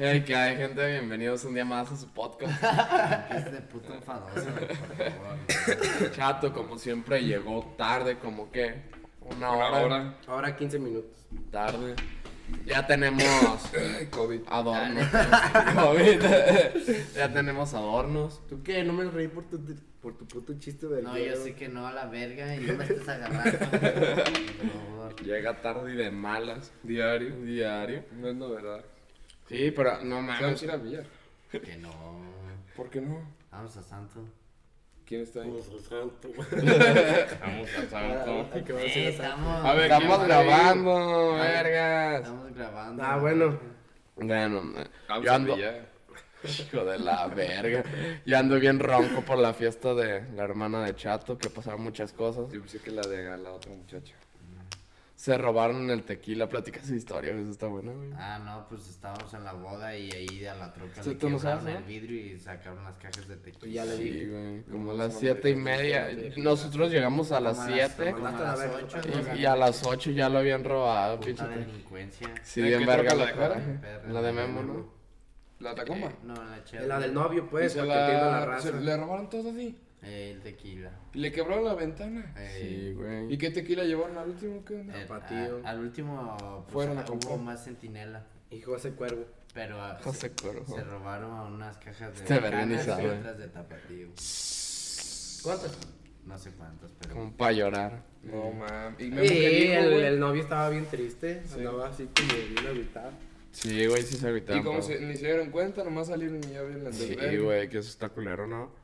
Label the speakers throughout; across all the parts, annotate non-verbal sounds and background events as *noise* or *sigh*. Speaker 1: Hey, ¿qué hay, gente? Bienvenidos un día más a su podcast.
Speaker 2: *laughs* Es de puto enfadoso, güey, por favor.
Speaker 1: Chato, como siempre, llegó tarde, como que una
Speaker 3: Una
Speaker 1: hora,
Speaker 3: hora.
Speaker 4: Ahora 15 minutos.
Speaker 1: tarde. Ya *coughs* tenemos
Speaker 3: Ay, COVID.
Speaker 1: adornos.
Speaker 2: Ah,
Speaker 1: COVID. *laughs* ya tenemos adornos.
Speaker 4: ¿Tú qué? No me reí por tu, por tu puto chiste del
Speaker 2: No,
Speaker 4: día,
Speaker 2: yo
Speaker 4: güey.
Speaker 2: sé que no a la verga y no me estés agarrando. güey, Por favor.
Speaker 1: Llega tarde y de malas.
Speaker 3: Diario.
Speaker 1: Diario.
Speaker 3: No es novedad.
Speaker 1: Sí, pero no
Speaker 3: Se vamos a
Speaker 1: mames.
Speaker 3: ir a Villar.
Speaker 2: Que no.
Speaker 3: ¿Por qué no?
Speaker 2: Vamos a Santo.
Speaker 3: ¿Quién está ahí?
Speaker 4: Vamos al santo.
Speaker 3: Vamos a
Speaker 4: Ah, que va a
Speaker 2: Eh,
Speaker 4: ser el santo.
Speaker 2: estamos,
Speaker 3: A ver,
Speaker 1: Estamos
Speaker 3: ¿quién va a ir?
Speaker 1: grabando, vergas.
Speaker 2: estamos grabando.
Speaker 4: Ah, bueno.
Speaker 1: Bueno,
Speaker 3: Vamos
Speaker 1: yo
Speaker 3: a
Speaker 1: ando,
Speaker 3: Villar.
Speaker 1: Hijo de la verga. Yo ando bien ronco por la fiesta de la hermana de Chato, que pasaron muchas cosas.
Speaker 3: Yo pensé pues que la de la otra muchacha.
Speaker 1: Se robaron el tequila, platica su historia, güey, eso está bueno, güey.
Speaker 2: Ah, no, pues estábamos en la boda y ahí a la troca
Speaker 1: Sí,
Speaker 2: le
Speaker 1: tú no
Speaker 2: quebraron
Speaker 1: sabes, ¿no?
Speaker 2: el vidrio y sacaron las cajas de tequila.
Speaker 4: Y ya le
Speaker 1: Sí,
Speaker 4: dije.
Speaker 1: güey, como
Speaker 3: No,
Speaker 1: a las
Speaker 3: son
Speaker 1: siete y
Speaker 3: ricos,
Speaker 1: media.
Speaker 3: son ricos.
Speaker 1: Nosotros llegamos a las
Speaker 2: Como
Speaker 1: siete
Speaker 2: como
Speaker 4: Hasta la
Speaker 2: a las
Speaker 4: verga,
Speaker 2: ocho,
Speaker 4: ocho,
Speaker 2: ¿no?
Speaker 4: ocho.
Speaker 1: y, y a las ocho ya lo habían robado, pinche.
Speaker 2: Puta delincuencia.
Speaker 1: Sí,
Speaker 3: ¿En
Speaker 1: bien
Speaker 3: qué
Speaker 1: verga
Speaker 3: troca la
Speaker 1: la
Speaker 3: dejaron?
Speaker 1: coraje. La de Memo, ¿no?
Speaker 3: ¿La Tacoma?
Speaker 2: No, la chela.
Speaker 4: La del novio, pues,
Speaker 3: Eh, Se
Speaker 4: para
Speaker 3: la-
Speaker 4: que entienda la raza.
Speaker 3: se le robaron todo así.
Speaker 2: Eh, el tequila.
Speaker 3: Y le quebraron la ventana.
Speaker 2: Eh,
Speaker 1: Sí, güey.
Speaker 3: ¿Y qué tequila llevaron al último? ¿Qué onda?
Speaker 2: eh,
Speaker 4: Ah. Tapatío.
Speaker 2: a- al último pues,
Speaker 3: Fueron a
Speaker 2: hubo
Speaker 3: comprar.
Speaker 2: más sentinela,
Speaker 4: Y José Cuervo.
Speaker 2: pero ah,
Speaker 1: José
Speaker 2: se,
Speaker 1: Cuervo.
Speaker 2: se robaron unas cajas de
Speaker 1: Este
Speaker 2: Bacanas
Speaker 1: verganizado,
Speaker 2: y
Speaker 1: eh.
Speaker 2: otras de tapatío.
Speaker 4: ¿Cuántas?
Speaker 2: No sé cuántas, pero
Speaker 1: Como para llorar.
Speaker 3: No, man. Y me
Speaker 4: Sí,
Speaker 3: mujer dijo,
Speaker 4: el,
Speaker 3: güey.
Speaker 4: el novio estaba bien triste. Andaba así como bien agitado.
Speaker 1: Sí, güey, sí se
Speaker 3: Y
Speaker 1: gritaron.
Speaker 3: como
Speaker 1: pero-
Speaker 3: se, ni se dieron cuenta, nomás salieron y ya vieron la
Speaker 1: Sí,
Speaker 3: desvela.
Speaker 1: güey, que eso está culero, ¿no?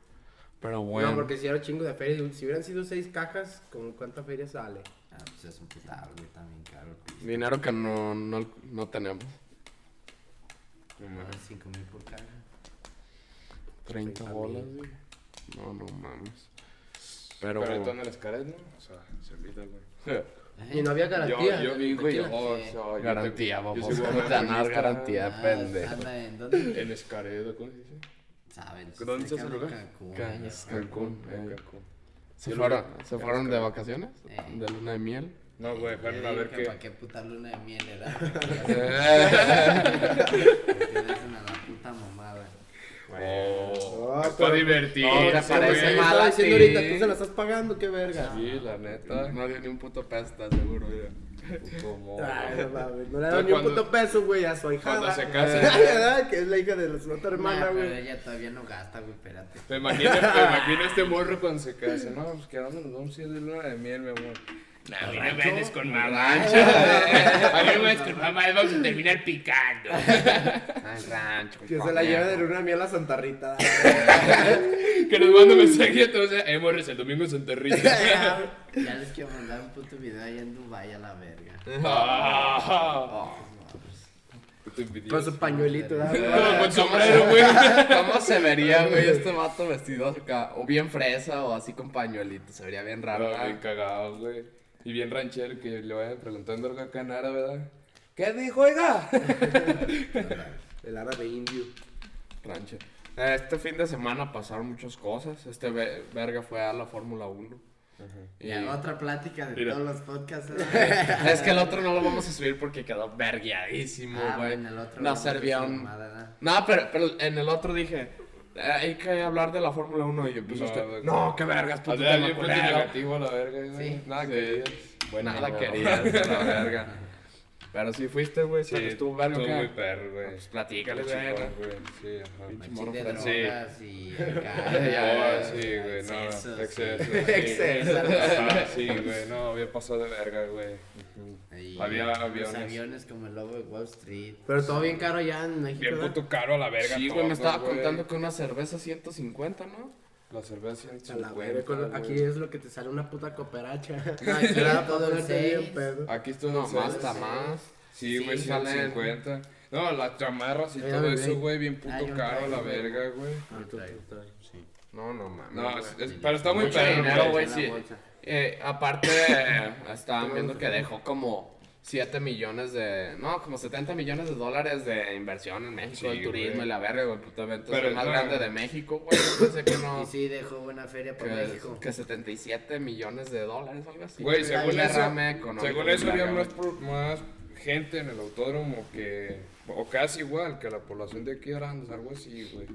Speaker 1: Pero bueno.
Speaker 4: No, porque si era chingo de feria. Si hubieran sido seis cajas, ¿con cuánta feria sale?
Speaker 2: ah, pues es un putal, güey, también caro. pues.
Speaker 1: Dinero que no, no, no tenemos.
Speaker 3: No,
Speaker 2: Más
Speaker 3: mames.
Speaker 2: de 5 mil por caja.
Speaker 1: 30
Speaker 4: 30
Speaker 1: bolas,
Speaker 4: mil.
Speaker 1: güey. No, no mames.
Speaker 3: Pero
Speaker 1: Pero,
Speaker 3: están en las caras, ¿no? O sea, se olvida, güey.
Speaker 4: Y no había garantía.
Speaker 3: Yo, yo vi, güey.
Speaker 2: Tequila.
Speaker 3: Oh,
Speaker 2: Eh, Sí.
Speaker 3: so, yo
Speaker 1: garantía,
Speaker 3: te- yo
Speaker 1: vamos.
Speaker 3: soy
Speaker 1: ¿Cómo *laughs*
Speaker 3: guarda
Speaker 1: te van a dar
Speaker 3: comunista.
Speaker 1: garantía,
Speaker 2: Ah,
Speaker 1: pendejo?
Speaker 2: anda, ¿en
Speaker 3: *laughs*
Speaker 2: dónde?
Speaker 3: En Escaredo, ¿cómo se dice?
Speaker 2: Saben.
Speaker 3: Eh, ¿Dónde
Speaker 2: cerca
Speaker 3: está ese
Speaker 2: de
Speaker 3: lugar?
Speaker 2: Cancún,
Speaker 1: Ca-
Speaker 2: ya.
Speaker 1: es Cancún,
Speaker 3: En
Speaker 1: eh.
Speaker 3: Cancún.
Speaker 1: ¿Se
Speaker 3: Yo
Speaker 1: fueron,
Speaker 3: lo vi.
Speaker 1: ¿se fueron de vacaciones?
Speaker 2: Eh.
Speaker 1: ¿De luna de miel?
Speaker 3: No, güey, fueron
Speaker 2: Yo
Speaker 3: a
Speaker 2: digo
Speaker 3: ver
Speaker 2: que
Speaker 3: qué.
Speaker 2: pa' qué puta luna de miel era. ¿Por qué le hacen a la puta mamada?
Speaker 3: Oh,
Speaker 4: No,
Speaker 3: es
Speaker 4: pero-
Speaker 3: para divertirse,
Speaker 1: No, te parece
Speaker 3: güey.
Speaker 4: Yo
Speaker 1: mal.
Speaker 4: estaba
Speaker 1: mala, sí.
Speaker 4: diciendo ahorita, tú se la estás pagando, qué verga.
Speaker 3: *laughs* Sí, la neta.
Speaker 1: No dio ni un puto pesta, seguro.
Speaker 3: Puto mono.
Speaker 4: Ay, no mames, no le dan ni un
Speaker 3: Cuando-
Speaker 4: puto peso, güey, a su hija. Eh,
Speaker 3: cuando se
Speaker 4: *laughs*
Speaker 3: casen.
Speaker 4: que es la hija de su otra hermana,
Speaker 2: Nah, pero
Speaker 4: güey.
Speaker 2: ella todavía no gasta, güey, espérate.
Speaker 3: Me imagino,
Speaker 1: *laughs*
Speaker 3: me imagino este morro cuando se casa. No, pues que vamos, nos vamos a ir de luna de miel, mi amor. No, a mí me vendes con marrancho. *laughs* A mí me vendes con mamá, vamos a terminar picando. *laughs*
Speaker 1: rancho.
Speaker 4: Que se la lleva de luna de miel a Santa Rita.
Speaker 3: Que nos manda mensaje, entonces, eh, morres, el domingo en
Speaker 4: *laughs*
Speaker 3: Santa Rita.
Speaker 2: *laughs* Ya les quiero mandar un puto video allá en Dubai a la verga.
Speaker 3: Eh, Ah.
Speaker 2: Oh, no, pues,
Speaker 3: Puto
Speaker 4: Con
Speaker 3: envidioso.
Speaker 1: Pues,
Speaker 4: su pañuelito, ¿verdad, güey?
Speaker 3: No, Con sombrero, güey.
Speaker 4: *laughs*
Speaker 1: ¿Cómo se vería, güey, este vato vestido acá? O bien fresa o así con pañuelito. Se vería bien raro.
Speaker 3: Pero
Speaker 1: ¿verdad?
Speaker 3: bien cagado, güey. Y bien ranchero que le vayan preguntando algo acá en árabe, ¿verdad? ¿Qué dijo, oiga?
Speaker 4: El árabe indio.
Speaker 1: Rancho. Eh, Este fin de semana pasaron muchas cosas. Este ve- verga fue a la Fórmula 1. Y-
Speaker 2: Ya otra plática de
Speaker 3: Mira.
Speaker 2: todos los podcasts.
Speaker 3: *laughs*
Speaker 1: *laughs*
Speaker 2: ¿verdad?
Speaker 1: Es que el otro no lo vamos a subir porque quedó vergueadísimo,
Speaker 2: Ah,
Speaker 1: güey.
Speaker 2: bueno, el otro
Speaker 1: no
Speaker 2: vamos a
Speaker 1: servía
Speaker 2: hacer
Speaker 1: un.
Speaker 2: mamada, ¿verdad?
Speaker 1: No, pero, pero en el otro dije. eh, Hay que hablar de la Fórmula 1 y empezó
Speaker 3: No,
Speaker 1: usted,
Speaker 3: güey.
Speaker 1: No, qué vergas, puto
Speaker 3: Hazle
Speaker 1: tema
Speaker 3: algo puto
Speaker 1: culero".
Speaker 3: negativo a la verga, güey.
Speaker 2: Sí.
Speaker 3: Nada
Speaker 1: Sí.
Speaker 3: que digas.
Speaker 1: Bueno,
Speaker 3: No,
Speaker 1: la
Speaker 3: no.
Speaker 1: querías, *laughs* de la verga. Pero sí fuiste, güey. Sí,
Speaker 3: Sí,
Speaker 1: estuvo verga.
Speaker 3: Estuvo muy
Speaker 1: acá.
Speaker 3: perro, güey.
Speaker 1: Pues platícale,
Speaker 3: Estuvo
Speaker 1: güey.
Speaker 3: chingón, güey. Sí, ajá.
Speaker 1: Pinche
Speaker 2: Machín de
Speaker 1: morro
Speaker 3: francés.
Speaker 2: drogas
Speaker 3: *laughs*
Speaker 2: y acá.
Speaker 3: Ah,
Speaker 1: Ya,
Speaker 3: sí, güey, no,
Speaker 2: Excesos,
Speaker 3: exceso.
Speaker 2: sí.
Speaker 1: *laughs*
Speaker 3: Exceso. Ajá, Sí, güey, no, había pasado de verga, güey.
Speaker 2: Y
Speaker 3: Había
Speaker 2: los
Speaker 3: aviones.
Speaker 2: aviones como el lobo de Wall Street.
Speaker 4: Pero todo bien caro allá en México.
Speaker 3: Bien
Speaker 4: ¿verdad?
Speaker 3: puto caro a la verga.
Speaker 1: Sí, güey, Pues, me
Speaker 3: todo,
Speaker 1: estaba
Speaker 3: güey.
Speaker 1: contando que una cerveza 150, ¿no?
Speaker 3: La cerveza
Speaker 4: A la
Speaker 3: 150,
Speaker 4: verga, con-
Speaker 3: güey.
Speaker 4: aquí es lo que te sale una puta cooperacha. *laughs*
Speaker 2: Ay, sí,
Speaker 4: Era
Speaker 2: todo
Speaker 4: todo
Speaker 2: el
Speaker 4: el
Speaker 2: seis.
Speaker 4: bien pedo.
Speaker 3: Aquí estuvo
Speaker 1: No,
Speaker 3: en
Speaker 1: más,
Speaker 3: serio,
Speaker 1: está
Speaker 3: sí.
Speaker 1: más.
Speaker 3: Sí, güey,
Speaker 1: Sí, salen.
Speaker 3: 150. No, las chamarras y
Speaker 4: Ay,
Speaker 3: todo
Speaker 4: ay,
Speaker 3: eso,
Speaker 4: ay.
Speaker 3: güey, bien puto
Speaker 2: Ay, yo
Speaker 3: caro a
Speaker 2: traigo,
Speaker 3: la
Speaker 2: güey.
Speaker 3: verga, güey.
Speaker 1: No, no mames.
Speaker 3: No, es- es-
Speaker 2: sí.
Speaker 3: pero está muy
Speaker 1: Mucho
Speaker 3: perro,
Speaker 1: dinero,
Speaker 3: güey.
Speaker 1: güey, sí. Eh,
Speaker 3: *coughs*
Speaker 1: aparte, estaban viendo que dejó como 7 millones de. No, como 70 millones de dólares de inversión en México,
Speaker 3: Sí,
Speaker 1: el turismo
Speaker 3: güey.
Speaker 1: y la verga, güey. Puto evento es
Speaker 3: Pero,
Speaker 1: el más
Speaker 3: no.
Speaker 1: grande de México, güey. Yo pensé que
Speaker 3: *coughs*
Speaker 1: no.
Speaker 2: Y sí, dejó buena feria para
Speaker 1: que,
Speaker 2: México.
Speaker 1: que 77 millones de dólares, algo así.
Speaker 3: Güey,
Speaker 1: Un
Speaker 3: según eso,
Speaker 1: derrame económico
Speaker 3: según
Speaker 1: bien
Speaker 3: eso había
Speaker 1: verga,
Speaker 3: más,
Speaker 1: güey.
Speaker 3: pro- más gente en el autódromo que O casi igual que la población de aquí de Arandas, algo así, güey.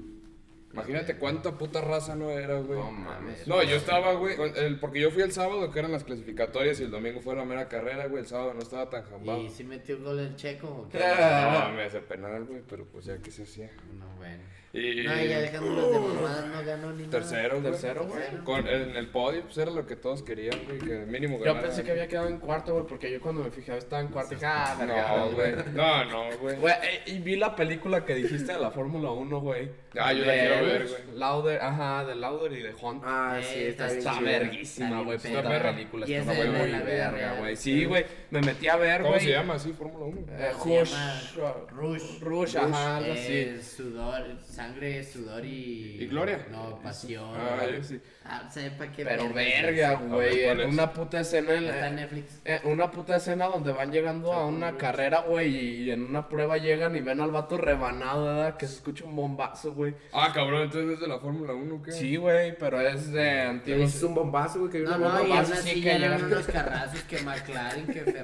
Speaker 3: Imagínate cuánta puta raza no era, güey.
Speaker 1: No mames.
Speaker 3: No, yo estaba, güey, con- el- porque yo fui el sábado, que eran las clasificatorias, y el domingo fue la mera carrera, güey. El sábado no estaba tan jambado.
Speaker 2: ¿Y si metió gol el checo o qué?
Speaker 3: Eh. No, me hace penal, güey, pero pues ya que se hacía.
Speaker 2: No, bueno.
Speaker 3: Y
Speaker 2: No, ya dejando los de mamadas, no ganó ni nada.
Speaker 3: tercero, güey.
Speaker 1: Tercero, güey.
Speaker 3: Con, en el podio, pues era lo que todos querían, güey, que mínimo
Speaker 1: Yo
Speaker 3: ganara.
Speaker 1: pensé que había quedado en cuarto, güey, porque yo cuando me fijaba estaba en cuarto y dije, ah, verga,
Speaker 3: No, güey. No, no, güey.
Speaker 1: Güey, eh, y vi la película que dijiste de la Fórmula 1, güey.
Speaker 3: Ah, yo la
Speaker 1: De
Speaker 3: quiero ver, güey.
Speaker 1: Lauder, ajá, de Lauder y de Hunt.
Speaker 4: Ah,
Speaker 2: Eh,
Speaker 4: sí, está bien.
Speaker 1: Está
Speaker 2: chido.
Speaker 4: chida.
Speaker 2: Está
Speaker 1: verguísima,
Speaker 2: bien
Speaker 1: güey.
Speaker 2: perra.
Speaker 1: Puta perra película.
Speaker 2: Y
Speaker 1: Está
Speaker 2: es de
Speaker 1: muy
Speaker 2: la vida
Speaker 1: verga,
Speaker 2: real.
Speaker 1: güey. Sí, güey. Me metí a ver, güey.
Speaker 3: ¿Cómo se llama así, Fórmula 1?
Speaker 1: Eh,
Speaker 2: Se
Speaker 1: Hush.
Speaker 2: llama Rush.
Speaker 1: Rush, ajá, algo
Speaker 2: Eh,
Speaker 1: así.
Speaker 2: Sudor, sangre, sudor y.
Speaker 3: ¿Y gloria?
Speaker 2: No, pasión.
Speaker 3: Ah,
Speaker 1: Algo así.
Speaker 2: Ah, sepa qué
Speaker 1: Pero
Speaker 2: verga.
Speaker 1: verga, güey.
Speaker 3: ¿cuál
Speaker 1: en
Speaker 3: es?
Speaker 1: Una puta escena en
Speaker 2: Está en
Speaker 1: la...
Speaker 2: Netflix.
Speaker 1: eh, una puta escena donde van llegando a una carrera, güey, y en una prueba llegan y ven al vato rebanado, ¿verdad? Que se escucha un bombazo, güey.
Speaker 3: Ah, cabrón, entonces es de la Fórmula 1, o ¿qué?
Speaker 1: Sí, güey, pero es de
Speaker 4: Pero
Speaker 1: antiguos.
Speaker 4: es un bombazo, güey, que hay
Speaker 2: No,
Speaker 4: una
Speaker 2: no, y
Speaker 4: bomba.
Speaker 2: aún
Speaker 1: más sí
Speaker 2: así Ah, ya
Speaker 1: que
Speaker 2: eran
Speaker 1: llegan.
Speaker 2: unos carrazos que McLaren, que Ferrari.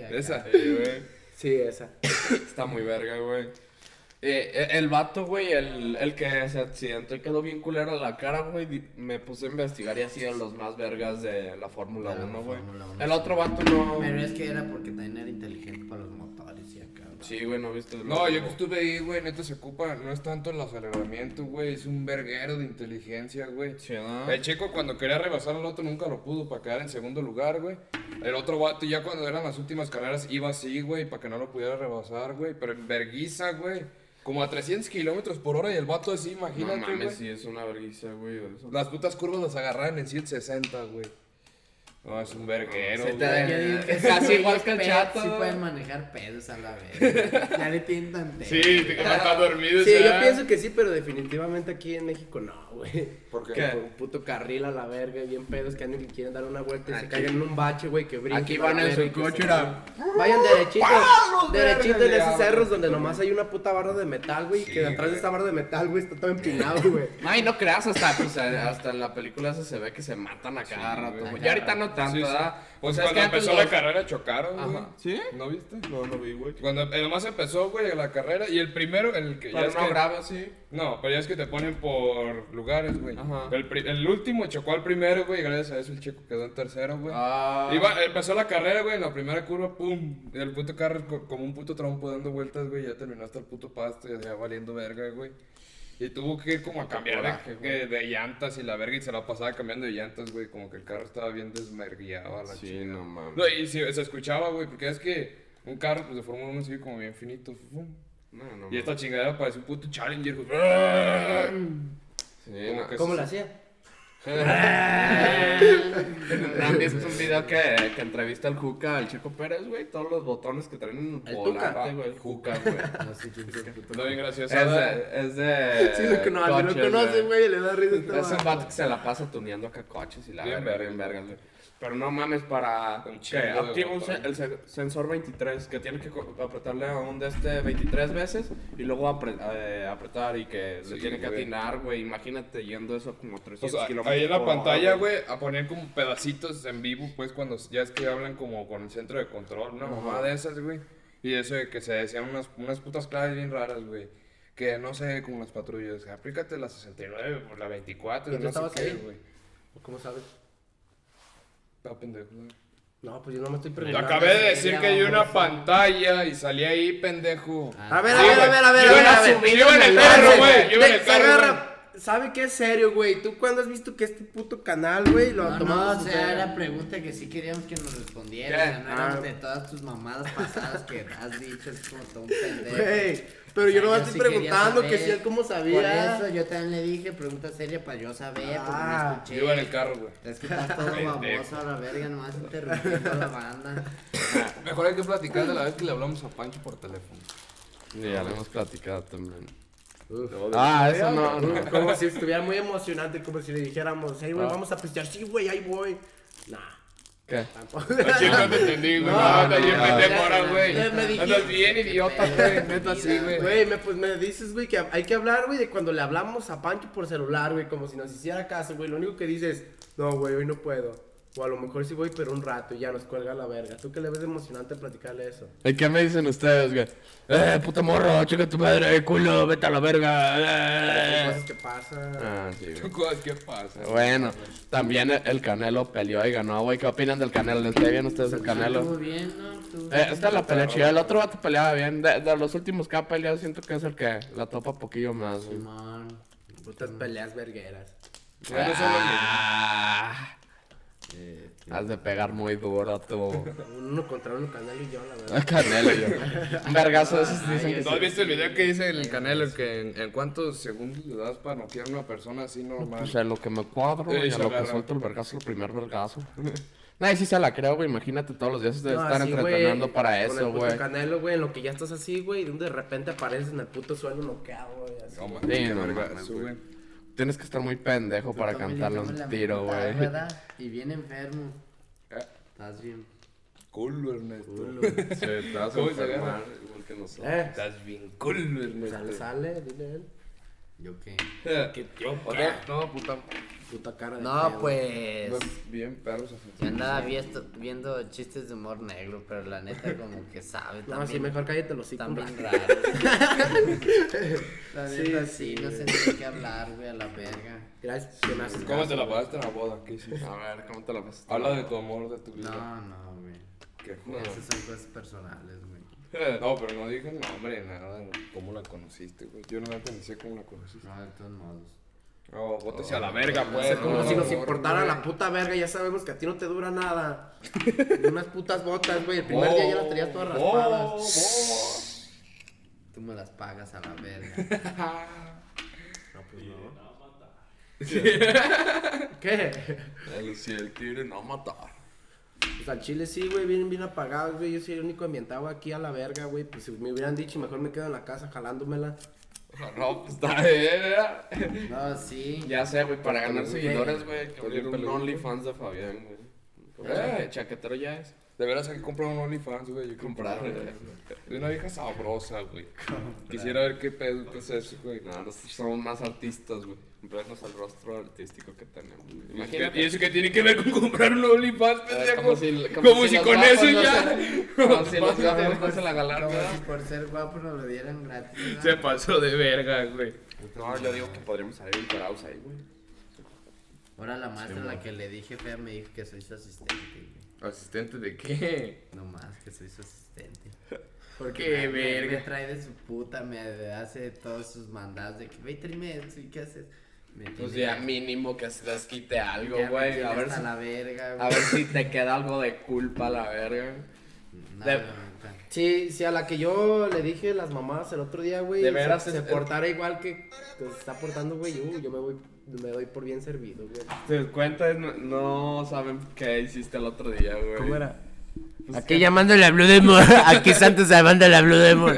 Speaker 2: acá.
Speaker 3: Esa. Sí, güey.
Speaker 4: Sí, esa.
Speaker 3: Está muy verga, güey.
Speaker 1: Eh, eh, el vato, güey, el, el que se accidentó y quedó bien culero a la cara, güey, di- me puse a investigar y ha sido los más vergas de la Fórmula
Speaker 2: De la
Speaker 1: 1, güey.
Speaker 2: Fórmula 1,
Speaker 1: El
Speaker 2: sí.
Speaker 1: otro vato no...
Speaker 2: Pero es que era porque también era inteligente para los motores y acá. ¿no?
Speaker 1: Sí, güey, no viste. el
Speaker 3: No,
Speaker 1: otro?
Speaker 3: yo que estuve ahí, güey, neta se ocupa. No es tanto el aceleramiento, güey, es un verguero de inteligencia, güey.
Speaker 1: Sí, ¿no?
Speaker 3: El chico cuando quería rebasar al otro nunca lo pudo para quedar en segundo lugar, güey. El otro vato ya cuando eran las últimas carreras iba así, güey, para que no lo pudiera rebasar, güey. Pero en verguiza, güey. Como a 300 kilómetros por hora y el vato así,
Speaker 1: No
Speaker 3: imagínate, güey.
Speaker 1: mames, sí, es una vergüenza, güey. eso.
Speaker 3: Las putas curvas las agarraban en 160, güey. No, es un verguero,
Speaker 1: Se
Speaker 3: güey.
Speaker 1: te da-
Speaker 2: Yo digo que
Speaker 1: Es casi
Speaker 2: sí,
Speaker 1: igual que el
Speaker 2: pe-
Speaker 1: chato.
Speaker 2: Sí pueden manejar pedos a la vez.
Speaker 1: *laughs*
Speaker 2: Ya le tienen tanteo.
Speaker 3: te está dormido.
Speaker 4: Sí, yo pienso que sí, pero definitivamente aquí en México no, güey.
Speaker 3: ¿Por qué?
Speaker 4: Que por un puto carril a la verga, bien pedos que andan y quieren dar una vuelta y se caigan en un bache, güey, que brinquen.
Speaker 1: Aquí
Speaker 4: a
Speaker 1: van
Speaker 4: la
Speaker 1: en
Speaker 4: verga
Speaker 1: su
Speaker 4: y que
Speaker 1: coche,
Speaker 4: se-
Speaker 1: era...
Speaker 4: Vayan derechito,
Speaker 3: ¡Palos,
Speaker 4: derechito
Speaker 3: verga,
Speaker 4: en esos
Speaker 3: ya,
Speaker 4: cerros donde nomás hay una puta barra de metal, güey, que detrás de esa barra de metal, güey, está todo empinado, güey.
Speaker 1: Ay, no creas, hasta, pues, a- hasta en la película esa se ve que se matan a cada rato,
Speaker 3: güey.
Speaker 1: güey. Ya ahorita no tanto,
Speaker 3: Sí, sí.
Speaker 1: ¿verdad?
Speaker 3: Pues
Speaker 1: O sea, es
Speaker 3: cuando
Speaker 1: que antes
Speaker 3: empezó la
Speaker 1: los-
Speaker 3: carrera chocaron,
Speaker 1: Ajá.
Speaker 3: güey.
Speaker 1: ¿Sí?
Speaker 3: ¿No viste?
Speaker 1: No, no vi, güey.
Speaker 3: Cuando además empezó, güey, la carrera y el primero, el que ya
Speaker 1: Pero
Speaker 3: es
Speaker 1: no
Speaker 3: que-
Speaker 1: grave, sí.
Speaker 3: No, pero ya es que te ponen por lugares, güey.
Speaker 1: Ajá.
Speaker 3: El, pri- el último chocó al primero, güey, y gracias a eso el chico quedó en tercero, güey.
Speaker 1: Ah.
Speaker 3: Iba- empezó la carrera, güey, en la primera curva, pum, el puto carro co- como un puto trompo dando vueltas, güey, ya terminó hasta el puto pasto, ya ya valiendo verga, güey. Y tuvo que ir como a cambiar
Speaker 1: coraje,
Speaker 3: de, que- de llantas y la verga, y se la pasaba cambiando de llantas, güey, como que el carro estaba bien desmergueado a la
Speaker 1: Sí,
Speaker 3: chingada.
Speaker 1: no mames.
Speaker 3: No, y se, se escuchaba, güey, porque es que un carro, pues, de Fórmula 1 sigue como bien finito, fum.
Speaker 1: No, no
Speaker 3: Y
Speaker 1: mames.
Speaker 3: esta chingadera parece un puto Challenger, güey.
Speaker 1: Sí,
Speaker 3: Como
Speaker 1: no.
Speaker 3: que
Speaker 4: ¿Cómo
Speaker 3: se-
Speaker 4: la hacía?
Speaker 1: *laughs* ¿Han visto un video que, que entrevista al Juca, al Checo Pérez, güey? Todos los botones que traen en
Speaker 4: El
Speaker 1: volante,
Speaker 4: Tuca.
Speaker 1: güey. El *laughs* Juca, güey.
Speaker 4: No sé quién es el puto.
Speaker 3: Está bien
Speaker 1: Es
Speaker 3: graciosa. ¿verdad?
Speaker 1: de... Es de
Speaker 4: Sí, lo conoce,
Speaker 1: coches,
Speaker 4: lo conoce, güey, le da risa.
Speaker 1: Es
Speaker 4: esta
Speaker 1: un
Speaker 4: madre.
Speaker 1: vato que se la pasa tuneando acá coches y la
Speaker 3: Bien
Speaker 1: verga,
Speaker 3: verga.
Speaker 1: bien verga, güey. Pero no mames para
Speaker 3: Un
Speaker 1: que
Speaker 3: chingo de
Speaker 1: activa un
Speaker 3: botón.
Speaker 1: sen- el sen- sensor 23, que tiene que co- apretarle a un de este 23 veces y luego apre- eh, apretar y que
Speaker 3: Sí,
Speaker 1: le tiene que
Speaker 3: güey.
Speaker 1: atinar, güey. Imagínate yendo eso como 300
Speaker 3: O sea,
Speaker 1: kilómetros.
Speaker 3: ahí en la
Speaker 1: por hora,
Speaker 3: pantalla, güey, a poner como pedacitos en vivo, pues, cuando ya es que hablan como con el centro de control, una mamá de esas, güey. Y eso de que se decían unas, unas putas claves bien raras, güey. Que no sé, como las patrullas, aplícate la 69 por pues, la 24,
Speaker 4: ¿Y tú
Speaker 3: no sé
Speaker 4: estabas
Speaker 3: qué,
Speaker 4: ahí?
Speaker 3: güey.
Speaker 4: ¿Cómo sabes?
Speaker 3: Está pendejo, güey.
Speaker 4: No, pues yo no me estoy
Speaker 3: Te
Speaker 4: preguntando.
Speaker 3: acabé de decir
Speaker 2: ya
Speaker 3: que hay
Speaker 2: vamos
Speaker 3: una Ah, pantalla y salí ahí, pendejo.
Speaker 4: A ver, a ver, a ver, a ver,
Speaker 3: Yo
Speaker 4: a ver,
Speaker 3: iba
Speaker 4: a ver.
Speaker 3: sub- yo iba en el
Speaker 4: Espérense,
Speaker 3: carro, güey. Yo iba en
Speaker 4: de-
Speaker 3: el
Speaker 4: se
Speaker 3: carro,
Speaker 4: agarra-
Speaker 3: güey.
Speaker 4: ¿Sabe qué es serio, güey? ¿Tú cuándo has visto que este puto canal, güey, lo ha
Speaker 2: No,
Speaker 4: tomado
Speaker 2: no,
Speaker 4: a
Speaker 2: o
Speaker 4: su
Speaker 2: sea,
Speaker 4: serio?
Speaker 2: era pregunta que sí queríamos que nos respondieras.
Speaker 1: ¿Qué?
Speaker 2: o sea, no éramos
Speaker 4: Ah.
Speaker 2: de todas tus mamadas pasadas que has dicho, es como todo un pendejo.
Speaker 4: Güey, pero yo
Speaker 2: no
Speaker 4: no estoy preguntando que si él cómo sabía.
Speaker 2: Por eso yo también le dije pregunta seria para yo saber,
Speaker 4: Ah.
Speaker 2: porque no
Speaker 3: Yo iba en el
Speaker 2: escuché.
Speaker 3: carro, güey.
Speaker 2: Es que estás todo baboso a la verga, nomás interrumpiendo a la banda.
Speaker 3: Mejor hay que platicar de la vez que le hablamos a Pancho por teléfono.
Speaker 1: güey. Ya lo hemos platicado también.
Speaker 4: Uf.
Speaker 1: Ah, eso no, no.
Speaker 4: Como si estuviera muy emocionante, como si le dijéramos, hey, güey, vamos a pistear. Sí, güey, ahí voy. Nah,
Speaker 1: *laughs* ¿Qué?
Speaker 4: tampoco.
Speaker 3: Sí, no te entendí, güey.
Speaker 4: No,
Speaker 3: No, te
Speaker 4: no,
Speaker 3: bien
Speaker 4: no,
Speaker 3: pendejo
Speaker 4: no,
Speaker 3: ahora,
Speaker 4: no,
Speaker 3: güey.
Speaker 4: no, me
Speaker 3: Andas
Speaker 4: dijiste.
Speaker 3: bien idiota, güey. Neta, así, güey.
Speaker 4: Güey, me, pues me dices, güey, que hay que hablar, güey, de cuando le hablamos a Pancho por celular, güey, como si nos hiciera caso, güey. Lo único que dices, no, güey, hoy no puedo. O a lo mejor sí voy, pero un rato y ya nos cuelga la verga. ¿Tú qué le ves de emocionante platicarle eso?
Speaker 5: ¿Y qué me dicen ustedes, güey? Eh, puta morro, chica tu madre, culo, vete a la verga. eh".
Speaker 4: Cosas que pasan.
Speaker 1: Ah, sí, güey.
Speaker 3: Cosas que pasan.
Speaker 5: Bueno, también el- el Canelo peleó y ganó, güey. ¿Qué opinan del Canelo? ¿Les cae bien a ustedes el
Speaker 2: Estuvo
Speaker 5: Canelo?
Speaker 2: bien, ¿no? Estuvo
Speaker 5: Eh,
Speaker 2: bien.
Speaker 5: esta es la pelea chida. El otro vato peleaba bien. De, de los últimos que ha peleado, siento que es el que la topa poquillo más, güey.
Speaker 2: Simón.
Speaker 4: Putas peleas vergueras.
Speaker 3: Ya no solo
Speaker 5: Ah, Has de pegar muy duro, tú.
Speaker 4: Uno contra uno, Canelo y yo, la
Speaker 5: Ah,
Speaker 4: verdad.
Speaker 5: Canelo, yo. Un vergazo de esos dicen que
Speaker 3: ¿No has
Speaker 5: sí.
Speaker 3: visto el video que dice el Canelo que en, en cuántos segundos le das para noquear a una persona así normal?
Speaker 5: O sea, lo que me cuadro
Speaker 3: Eh,
Speaker 5: güey,
Speaker 3: se
Speaker 5: a lo que
Speaker 3: agarra.
Speaker 5: suelto el vergazo, el primer vergazo. Nadie sí se la creo, güey. Imagínate todos los días de
Speaker 4: No,
Speaker 5: estar
Speaker 4: así, güey,
Speaker 5: entrenando para
Speaker 4: con
Speaker 5: eso,
Speaker 4: el puto
Speaker 5: güey.
Speaker 4: Canelo, güey, en lo que ya estás así, güey, y de repente apareces en el puto suelo noqueado, güey. así.
Speaker 3: No, man,
Speaker 5: Sí,
Speaker 3: qué
Speaker 5: no
Speaker 3: verga,
Speaker 5: mames,
Speaker 3: sube.
Speaker 5: Tienes que estar muy pendejo para
Speaker 2: Tommy Lee
Speaker 5: cantarle
Speaker 2: Jones la
Speaker 5: un tiro,
Speaker 2: puta
Speaker 5: güey.
Speaker 2: rueda Y bien enfermo.
Speaker 3: Ah,
Speaker 2: Estás bien.
Speaker 3: Culo, Ernesto.
Speaker 1: Se te vas a
Speaker 3: ¿Cómo se
Speaker 1: enfermar,
Speaker 3: agarra?
Speaker 1: igual que nosotros.
Speaker 4: Eh,
Speaker 2: pues,
Speaker 3: Estás bien culo,
Speaker 4: sale,
Speaker 3: Ernesto.
Speaker 4: sale, dile él.
Speaker 2: ¿Yo qué?
Speaker 3: Que yo, Otra, no, puta.
Speaker 4: Puta cara de
Speaker 2: No,
Speaker 4: pedo.
Speaker 2: pues.
Speaker 3: Bien, perros
Speaker 2: Yo
Speaker 3: afectados.
Speaker 2: andaba viendo, viendo chistes de humor negro, pero la neta, como que sabe.
Speaker 4: No,
Speaker 2: también-
Speaker 4: sí, mejor cállate los hocico.
Speaker 2: Están *laughs* bien
Speaker 4: güey.
Speaker 2: raros. La
Speaker 4: Sí,
Speaker 2: neta,
Speaker 4: sí.
Speaker 2: sí, no sé ni de qué hablar, güey, a la verga.
Speaker 4: Gracias, que me haces
Speaker 3: ¿Cómo
Speaker 4: caso,
Speaker 3: te la
Speaker 4: güey.
Speaker 3: pasaste en la boda? ¿Qué hiciste?
Speaker 1: Pues, A ver, ¿cómo te la pasaste?
Speaker 3: Habla de tu amor, de tu vida.
Speaker 2: No, no, güey.
Speaker 3: Qué joder.
Speaker 2: Esas son cosas personales, güey.
Speaker 3: No, pero no digas nombre, nada. ¿Cómo la conociste, güey? Yo no me pensé cómo la conociste.
Speaker 2: No, de todos modos.
Speaker 3: No, bótese a la verga, pues.
Speaker 4: Es como
Speaker 3: no,
Speaker 4: si
Speaker 3: no,
Speaker 4: nos
Speaker 3: no,
Speaker 4: importara
Speaker 3: güey.
Speaker 4: la puta verga, ya sabemos que a ti no te dura nada. *laughs* Ni unas putas botas, güey. El primer día ya las tenías todas raspadas.
Speaker 3: Oh, oh.
Speaker 2: Tú me las pagas a la verga.
Speaker 4: No, pues no. *laughs* ¿Qué?
Speaker 1: Lucía, el tigre no matar.
Speaker 4: Pues al chile sí, güey, bien, bien apagados, güey. Yo soy el único ambientado aquí a la verga, güey. Pues si me hubieran dicho, mejor me quedo en la casa jalándomela.
Speaker 1: No, pues está bien, ¿verdad?
Speaker 2: No, sí.
Speaker 1: Ya sé, güey, para ganar
Speaker 2: Güey.
Speaker 1: seguidores, güey, que
Speaker 3: Con
Speaker 1: abrir
Speaker 3: el
Speaker 1: un
Speaker 3: peludo.
Speaker 1: OnlyFans de Fabián, güey.
Speaker 3: Eh.
Speaker 1: Chaque- Chaquetero ya es.
Speaker 3: De veras hay que comprar un OnlyFans, güey. Yo
Speaker 1: Comprar,
Speaker 3: quiero
Speaker 1: güey.
Speaker 3: Es una vieja sabrosa, güey. Quisiera ver qué pedo, qué es eso, güey.
Speaker 1: No, nosotros somos más artistas, güey. Vernos el rostro artístico que tenemos. güey.
Speaker 3: ¿Y eso
Speaker 1: Imagínate.
Speaker 3: qué- ¿Y eso que tiene que ver con comprar un OnlyFans,
Speaker 1: eh,
Speaker 3: pendejo?
Speaker 1: Como si,
Speaker 3: Como si
Speaker 1: los
Speaker 3: con
Speaker 1: guapos
Speaker 3: eso
Speaker 1: no
Speaker 3: ya.
Speaker 1: se- *laughs* Como si los guapos no se la
Speaker 2: Como
Speaker 1: galaron,
Speaker 2: si por ser guapo nos lo dieran gratis. ¿verdad?
Speaker 3: Se pasó de verga, güey.
Speaker 1: No, yo digo que podríamos salir encuerados ahí, güey.
Speaker 2: Ahora la maestra a la que le dije fea me dijo que soy su asistente, güey.
Speaker 3: ¿Asistente de qué?
Speaker 2: No más, que soy su *laughs* asistente.
Speaker 4: Porque
Speaker 2: Me- me,
Speaker 3: Qué
Speaker 2: me
Speaker 3: verga.
Speaker 2: trae de su puta, me hace todos sus mandados de que ve y tráeme esto y qué haces. Me
Speaker 1: Pues
Speaker 2: tiene-
Speaker 1: ya mínimo que se les quite algo,
Speaker 2: ya me
Speaker 1: güey.
Speaker 2: tiene
Speaker 1: A ver
Speaker 2: hasta
Speaker 1: si
Speaker 2: la verga,
Speaker 1: A ver si te queda algo de culpa, la verga.
Speaker 2: No,
Speaker 1: de-
Speaker 2: no, no, no.
Speaker 4: Sí, sí, a la que yo le dije las mamás el otro día, güey.
Speaker 1: De
Speaker 4: se-
Speaker 1: veras,
Speaker 4: se,
Speaker 1: es-
Speaker 4: portara igual que que se está portando, güey. uh, yo me voy, me doy por bien servido, güey.
Speaker 1: Te cuentas, no, no saben qué hiciste el otro día, güey.
Speaker 5: ¿Cómo era?
Speaker 4: Aquí llamando la Blue *laughs* Demon. Aquí Santos llamando la Blue Demon.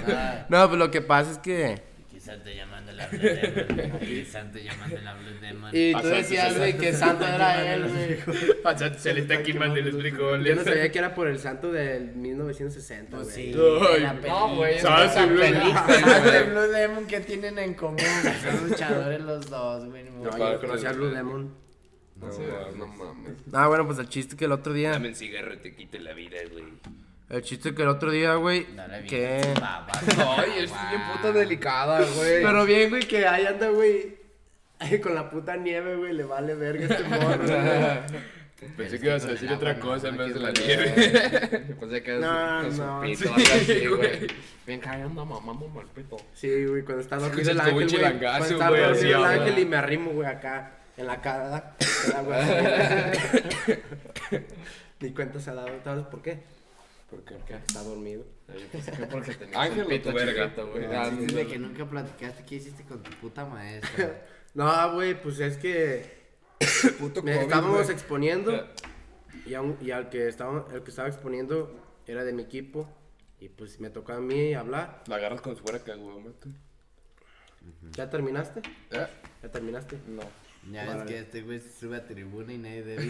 Speaker 4: No, pues lo que pasa es que.
Speaker 2: Quizás te llamando la Blue Demon. Quizás te llamando la Blue Demon.
Speaker 4: Y tú decías, güey, que santo *laughs* era él, güey.
Speaker 3: se le está quemando los
Speaker 4: Yo no
Speaker 3: frijoles.
Speaker 4: sabía que era por el santo del 1960, güey.
Speaker 2: Pues sí,
Speaker 3: *laughs* Ay,
Speaker 2: la
Speaker 1: No,
Speaker 2: peli-
Speaker 1: güey. es
Speaker 3: ¿Sabes
Speaker 1: esa
Speaker 3: si lo-
Speaker 1: película,
Speaker 2: Santo y
Speaker 1: güey.
Speaker 2: Blue Demon que tienen en
Speaker 4: *laughs*
Speaker 2: común. Son luchadores los dos, güey.
Speaker 4: No, yo
Speaker 3: para
Speaker 4: no conocía a Blue Demon.
Speaker 1: No, sé, no mames.
Speaker 4: Ah, bueno, pues el chiste que el otro día.
Speaker 3: Dame un cigarro, te quito la vida, *laughs* güey.
Speaker 4: El chiste que el otro día, güey. que.
Speaker 2: Ay,
Speaker 1: es bien puta delicada, güey.
Speaker 4: Pero bien, güey, que ahí anda, güey. *laughs* Ay, Con la puta nieve, güey, le vale verga este morro, *laughs* güey.
Speaker 3: Pensé que ibas a decir otra cosa en vez de la nieve.
Speaker 1: Pensé pues, que es
Speaker 4: No,
Speaker 1: con su
Speaker 4: no.
Speaker 1: pito,
Speaker 4: Sí,
Speaker 1: algo así, güey. Bien cagando, mamando mal pito.
Speaker 4: Sí, güey, cuando está dormido
Speaker 3: Es el
Speaker 4: el ángel, güey.
Speaker 3: pinche
Speaker 4: Cuando
Speaker 3: langazo,
Speaker 4: está
Speaker 3: güey,
Speaker 4: dormido
Speaker 3: así,
Speaker 4: el
Speaker 3: güey.
Speaker 4: ángel y me arrimo, güey, acá. En la
Speaker 3: *laughs*
Speaker 4: cara. cara, güey. Ni cuenta se ha dado, ¿sabes por qué?
Speaker 1: ¿Por qué? ¿Qué?
Speaker 4: Está dormido.
Speaker 1: Ay, pues, ¿qué? Porque tenías
Speaker 3: Ángel
Speaker 1: un
Speaker 3: o
Speaker 1: pito
Speaker 3: tu verga?
Speaker 1: chiquito, güey. Ah, sí,
Speaker 3: *laughs*
Speaker 2: De que nunca platicaste qué hiciste con tu puta maestra.
Speaker 4: No, güey, pues es que.
Speaker 3: Puto
Speaker 4: Me
Speaker 3: COVID,
Speaker 4: estábamos
Speaker 3: güey.
Speaker 4: exponiendo y, a un- y al que estaba, el que estaba exponiendo era de mi equipo y pues me tocó a mí hablar.
Speaker 3: La agarras con fuera que güey, mate.
Speaker 4: ¿Ya terminaste?
Speaker 3: ¿Eh?
Speaker 4: ¿Ya terminaste?
Speaker 3: No.
Speaker 4: *laughs*
Speaker 2: Ya ves que este güey se sube a tribuna y nadie debe.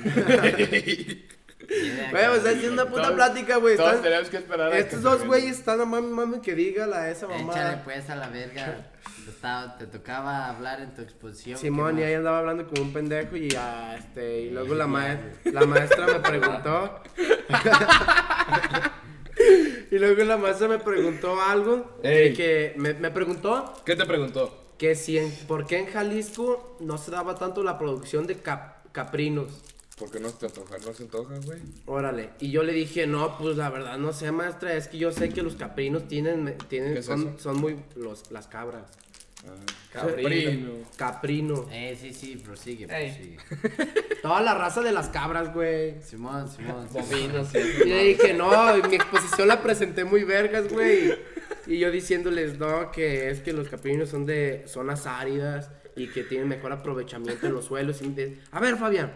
Speaker 4: Güey, o sea, es una puta plática, güey.
Speaker 5: Todos
Speaker 4: están-
Speaker 5: tenemos que esperar a que
Speaker 4: Estos
Speaker 5: se
Speaker 4: dos
Speaker 5: venda.
Speaker 4: güeyes están a mami, mami que diga la esa
Speaker 2: *laughs* Échale
Speaker 4: mamá.
Speaker 2: pues a la verga. Gustavo, te tocaba hablar en tu exposición.
Speaker 4: Simón,
Speaker 2: ¿qué
Speaker 4: y
Speaker 2: más?
Speaker 4: ahí andaba hablando como un pendejo y ya, este, y luego la, ma- la maestra
Speaker 2: *laughs*
Speaker 4: me preguntó. y luego la maestra me preguntó algo.
Speaker 3: Ey.
Speaker 4: Que me, me preguntó
Speaker 3: ¿Qué te preguntó?
Speaker 4: que si en, por qué en Jalisco no se daba tanto la producción de cap- caprinos.
Speaker 3: Porque no se antoja, no se antoja, güey.
Speaker 4: Órale, y yo le dije, no, pues la verdad no sé, maestra, es que yo sé que los caprinos tienen,
Speaker 3: ¿Qué
Speaker 4: tienen,
Speaker 3: es
Speaker 4: son,
Speaker 3: eso? Ah.
Speaker 4: son muy, los, las cabras.
Speaker 1: Cabrino.
Speaker 4: Caprino.
Speaker 2: Eh, sí, sí, prosigue,
Speaker 1: Ey.
Speaker 2: prosigue.
Speaker 4: Toda la raza de las cabras, güey.
Speaker 2: Simón, Simón. Simón.
Speaker 1: Bovinos y
Speaker 4: Y le dije, no, mi exposición la presenté muy vergas, güey. Y yo diciéndoles, no, que es que los caprinos son de zonas áridas y que tienen mejor aprovechamiento en los suelos. Y me dice, a ver, Fabián,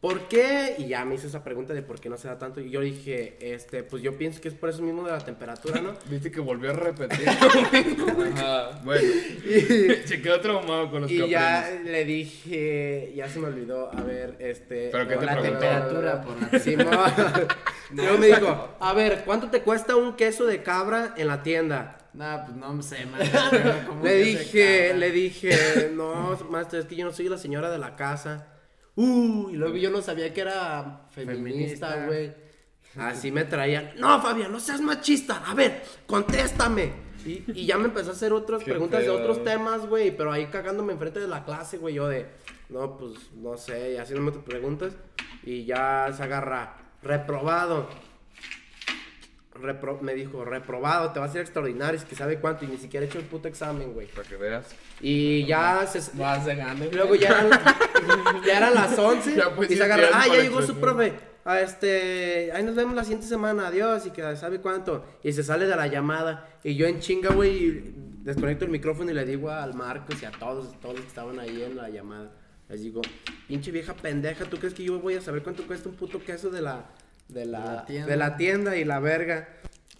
Speaker 4: ¿por qué? Y ya me hizo esa pregunta de por qué no se da tanto. Y yo dije, este, pues yo pienso que es por eso mismo de la temperatura, ¿no?
Speaker 3: Viste que volvió a *laughs* repetir. Ajá. Bueno, *laughs*
Speaker 4: Y,
Speaker 3: se quedó traumado con los
Speaker 4: y
Speaker 3: caprinos.
Speaker 4: ya le dije, ya se me olvidó, a ver, este...
Speaker 3: ¿Pero qué
Speaker 4: por
Speaker 3: te
Speaker 4: la
Speaker 3: preguntó?
Speaker 4: temperatura, por la
Speaker 2: Sí,
Speaker 4: *laughs* Luego me dijo, a ver, ¿cuánto te cuesta un queso de cabra en la tienda?
Speaker 2: No, pues no sé,
Speaker 4: *laughs*
Speaker 2: man. pero como
Speaker 4: Le
Speaker 2: que se
Speaker 4: dije,
Speaker 2: cabra.
Speaker 4: le dije, no, maestro, es que yo no soy la señora de la casa. Uh, y luego yo no sabía que era feminista,
Speaker 2: Feminista.
Speaker 4: güey. Así me traían, no, Fabián, no seas machista, a ver, contéstame. Y, y ya me empezó a hacer otras
Speaker 3: Qué
Speaker 4: preguntas
Speaker 3: pedo,
Speaker 4: de otros
Speaker 3: güey.
Speaker 4: temas, güey, pero ahí cagándome enfrente de la clase, güey, yo de, no, pues, no sé, y haciéndome otras preguntas, y ya se agarra, reprobado. Repro- me dijo, reprobado, te va a ser extraordinario, es que sabe cuánto, y ni siquiera he hecho el puto examen, güey.
Speaker 3: Para que veas.
Speaker 4: Y ya se...
Speaker 1: Vas de gane.
Speaker 4: Luego ya eran, ya eran las 11
Speaker 5: Ya, pues,
Speaker 4: y
Speaker 5: sí,
Speaker 4: se agarra,
Speaker 5: ya
Speaker 4: ah, ya
Speaker 5: para
Speaker 4: llegó su
Speaker 5: entretener".
Speaker 4: profe. Ah, este, ahí nos vemos la siguiente semana, adiós, y que sabe cuánto. Y se sale de la llamada. Y yo en chinga, güey, y desconecto el micrófono y le digo al Marcos y a todos, todos los que estaban ahí en la llamada. Les digo, pinche vieja pendeja, ¿tú crees que yo voy a saber cuánto cuesta un puto queso de la, de la,
Speaker 2: De la tienda.
Speaker 4: de la tienda y la verga?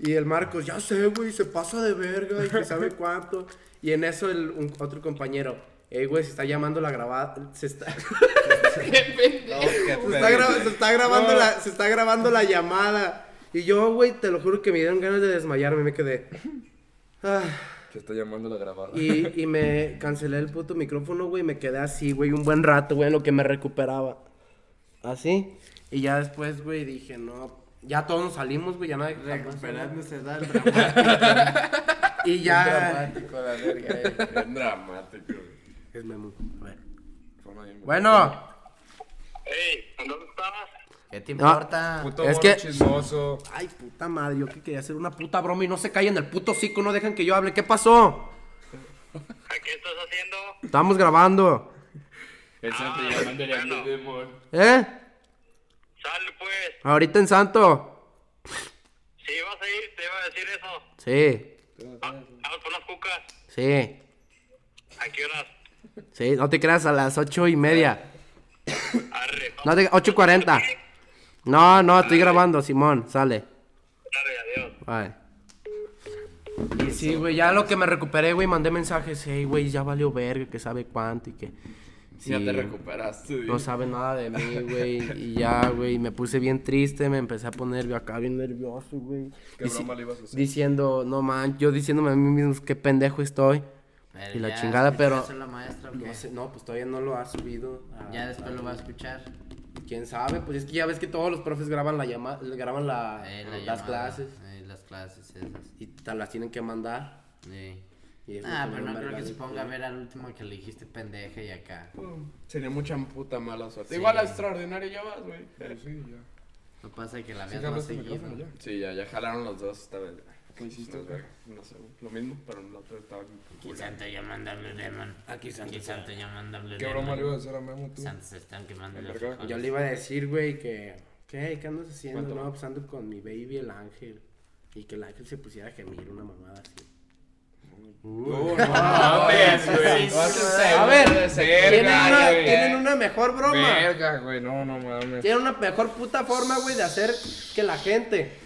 Speaker 4: Y el Marcos, ya sé, güey, se pasa de verga y que sabe cuánto. Y en eso el un- otro compañero, ey, güey, se está llamando la grabada, se está... Se está, gra- se está grabando la, se está grabando la llamada. Y yo, güey, te lo juro que me dieron ganas de desmayarme, me quedé. Ah,
Speaker 3: Se está llamando la grabada.
Speaker 4: y, y me cancelé el puto micrófono, güey, me quedé así, güey, un buen rato, güey, en lo que me recuperaba. Así. Y ya después, güey, dije, no, ya todos nos salimos, güey, ya nadie...
Speaker 2: Recuperándose da el dramático.
Speaker 4: Y ya...
Speaker 2: la verga. eh.
Speaker 3: Es dramático, güey.
Speaker 4: Es Memo. A ver.
Speaker 3: Forma bien, güey.
Speaker 4: Bueno,
Speaker 6: Ey, ¿en dónde estabas?
Speaker 2: ¿Qué te
Speaker 4: No.
Speaker 2: importa?
Speaker 3: Puto
Speaker 4: es
Speaker 3: es
Speaker 4: que-
Speaker 3: chismoso.
Speaker 4: ay, puta madre, yo que quería hacer una puta broma y no se callan el puto hocico, no dejan que yo hable. ¿Qué pasó?
Speaker 6: ¿A ¿Qué estás haciendo?
Speaker 4: Estamos grabando.
Speaker 5: El santo
Speaker 6: Ah,
Speaker 5: llamándole a
Speaker 6: bueno.
Speaker 5: mi demon.
Speaker 4: ¿Eh?
Speaker 6: Sal pues.
Speaker 4: Ahorita en Santo.
Speaker 6: Si ibas a ir, te iba a decir eso.
Speaker 4: Sí,
Speaker 6: Ah, Vamos por unas cucas.
Speaker 4: sí,
Speaker 6: ¿A qué horas?
Speaker 4: sí. No te creas a las ocho y media.
Speaker 6: Arre.
Speaker 4: No te... Ocho cuarenta. No, no, estoy grabando, Simón. Sale.
Speaker 6: Arre, adiós.
Speaker 4: Bye. Y sí, güey, ya lo que me recuperé, güey, mandé mensajes. Hey, güey, ya valió verga, que sabe cuánto y que...
Speaker 1: Ya te
Speaker 4: Sí.
Speaker 1: recuperaste.
Speaker 4: No sabe nada de mí, güey. Y ya, güey, me puse bien triste, me empecé a poner acá bien nervioso, güey.
Speaker 3: ¿Qué
Speaker 4: Dici-
Speaker 3: broma le ibas a hacer?
Speaker 4: Diciendo, no man, yo diciéndome a mí mismo qué pendejo estoy.
Speaker 2: Pero
Speaker 4: y la
Speaker 2: ya,
Speaker 4: chingada,
Speaker 2: ¿te
Speaker 4: pero-
Speaker 2: hace La maestra, o qué?
Speaker 4: No sé, no, pues todavía no lo ha subido. a-
Speaker 2: Ya después lo va a escuchar.
Speaker 4: ¿Quién sabe? Pues es que ya ves que todos los profes graban la llama, graban la,
Speaker 2: Eh, la
Speaker 4: las
Speaker 2: llamada,
Speaker 4: clases
Speaker 2: eh, las clases esas.
Speaker 4: y te las tienen que mandar.
Speaker 2: Sí.
Speaker 4: Y es
Speaker 2: Ah,
Speaker 4: lo que
Speaker 2: pero
Speaker 4: me
Speaker 2: no
Speaker 4: da
Speaker 2: creo que
Speaker 4: verga,
Speaker 2: se
Speaker 4: güey.
Speaker 2: ponga a ver al último que le dijiste pendeja y acá.
Speaker 1: Sería mucha puta mala suerte.
Speaker 2: Sí.
Speaker 1: Igual a extraordinario ya vas, güey.
Speaker 3: Sí, ya.
Speaker 2: No pasa que la
Speaker 3: Sí,
Speaker 2: veas más
Speaker 3: jalaste el
Speaker 2: seguido.
Speaker 3: micrófono ya.
Speaker 1: Sí, ya, ya jalaron los dos esta vez.
Speaker 3: ¿Qué hiciste,
Speaker 1: No,
Speaker 3: güey?
Speaker 1: no sé, güey. lo mismo, pero el otro estaba bien
Speaker 2: Aquí
Speaker 1: culero.
Speaker 2: santo llamando a Blue Demon. Aquí santo, llamando a Blue
Speaker 3: ¿Qué
Speaker 2: Demon.
Speaker 3: broma le ibas a hacer a Memo tú?
Speaker 2: Santos están quemando
Speaker 3: El
Speaker 2: los
Speaker 3: verga.
Speaker 2: frijoles.
Speaker 4: Yo le iba a decir, güey, que. ¿Qué? ¿Qué andas haciendo?
Speaker 3: ¿Cuánto?
Speaker 4: No, pues ando con mi baby el ángel. Y que el ángel se pusiera a gemir, una mamada así.
Speaker 1: mames, güey.
Speaker 2: "Ah,
Speaker 4: A ver, Tienen
Speaker 1: verga,
Speaker 4: una,
Speaker 1: güey.
Speaker 4: tienen una mejor broma.
Speaker 3: Verga, güey, no, no mames.
Speaker 4: Tienen una mejor puta forma, güey, de hacer que la gente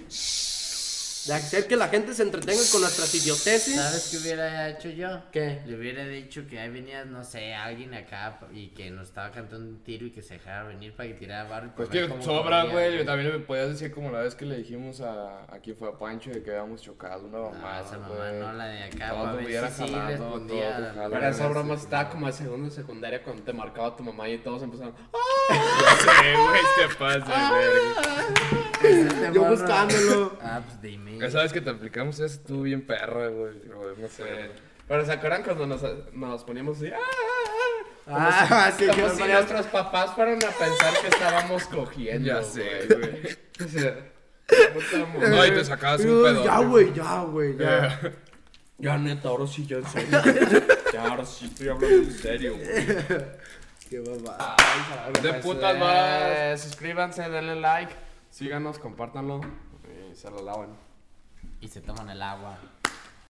Speaker 4: De hacer que la gente se entretenga con nuestras idioteces.
Speaker 2: ¿Sabes qué hubiera hecho yo?
Speaker 4: ¿Qué?
Speaker 2: Le hubiera dicho que ahí venía, no sé, alguien acá y que nos estaba cantando un tiro y que se dejara venir para que tirara barro. y
Speaker 3: Pues
Speaker 2: para ver
Speaker 3: que
Speaker 2: cómo Ah,
Speaker 3: sobra,
Speaker 2: corría,
Speaker 3: güey. Yo También me podías decir como la vez que le dijimos a, a quien fue a Pancho de que habíamos chocado una mamada.
Speaker 2: No, esa mamá
Speaker 3: güey.
Speaker 2: no,
Speaker 3: *laughs*
Speaker 2: la de acá,
Speaker 3: Todo
Speaker 2: para ver
Speaker 3: hubiera
Speaker 2: si sí
Speaker 3: jalado,
Speaker 2: respondía.
Speaker 3: todo
Speaker 2: a la-
Speaker 3: jalado.
Speaker 1: Pero esa broma estaba como de segundo de secundaria cuando te marcaba tu mamá y todos empezaron. "Ah".
Speaker 3: Sí, güey, te pasa, güey.
Speaker 2: Este
Speaker 4: Yo
Speaker 2: morro.
Speaker 4: buscándolo.
Speaker 2: Ah, pues dime.
Speaker 3: Esa vez que te aplicamos eso, tú bien perra, güey. güey, No sé. güey.
Speaker 1: Pero se acuerdan cuando nos, nos poníamos así. "Ah, ah, ah"?
Speaker 4: *laughs* Ah, sí, que
Speaker 1: Como
Speaker 4: nos
Speaker 1: si
Speaker 4: ponemos-
Speaker 1: nuestros papás fueron a pensar que estábamos cogiendo.
Speaker 3: Ya sé, güey.
Speaker 1: O sea, puta madre.
Speaker 3: No, y te sacabas un
Speaker 4: Eh,
Speaker 3: pedo.
Speaker 4: Ya, güey, ya, güey, ya.
Speaker 1: Ya neta, ahora sí, ya en serio. *laughs* ya ahora sí estoy hablando en serio, güey.
Speaker 4: Qué babada.
Speaker 3: De
Speaker 4: Pues,
Speaker 3: putas más.
Speaker 1: Eh, suscríbanse, denle like, síganos, compártanlo y se lo lavan.
Speaker 2: Y se toman el agua.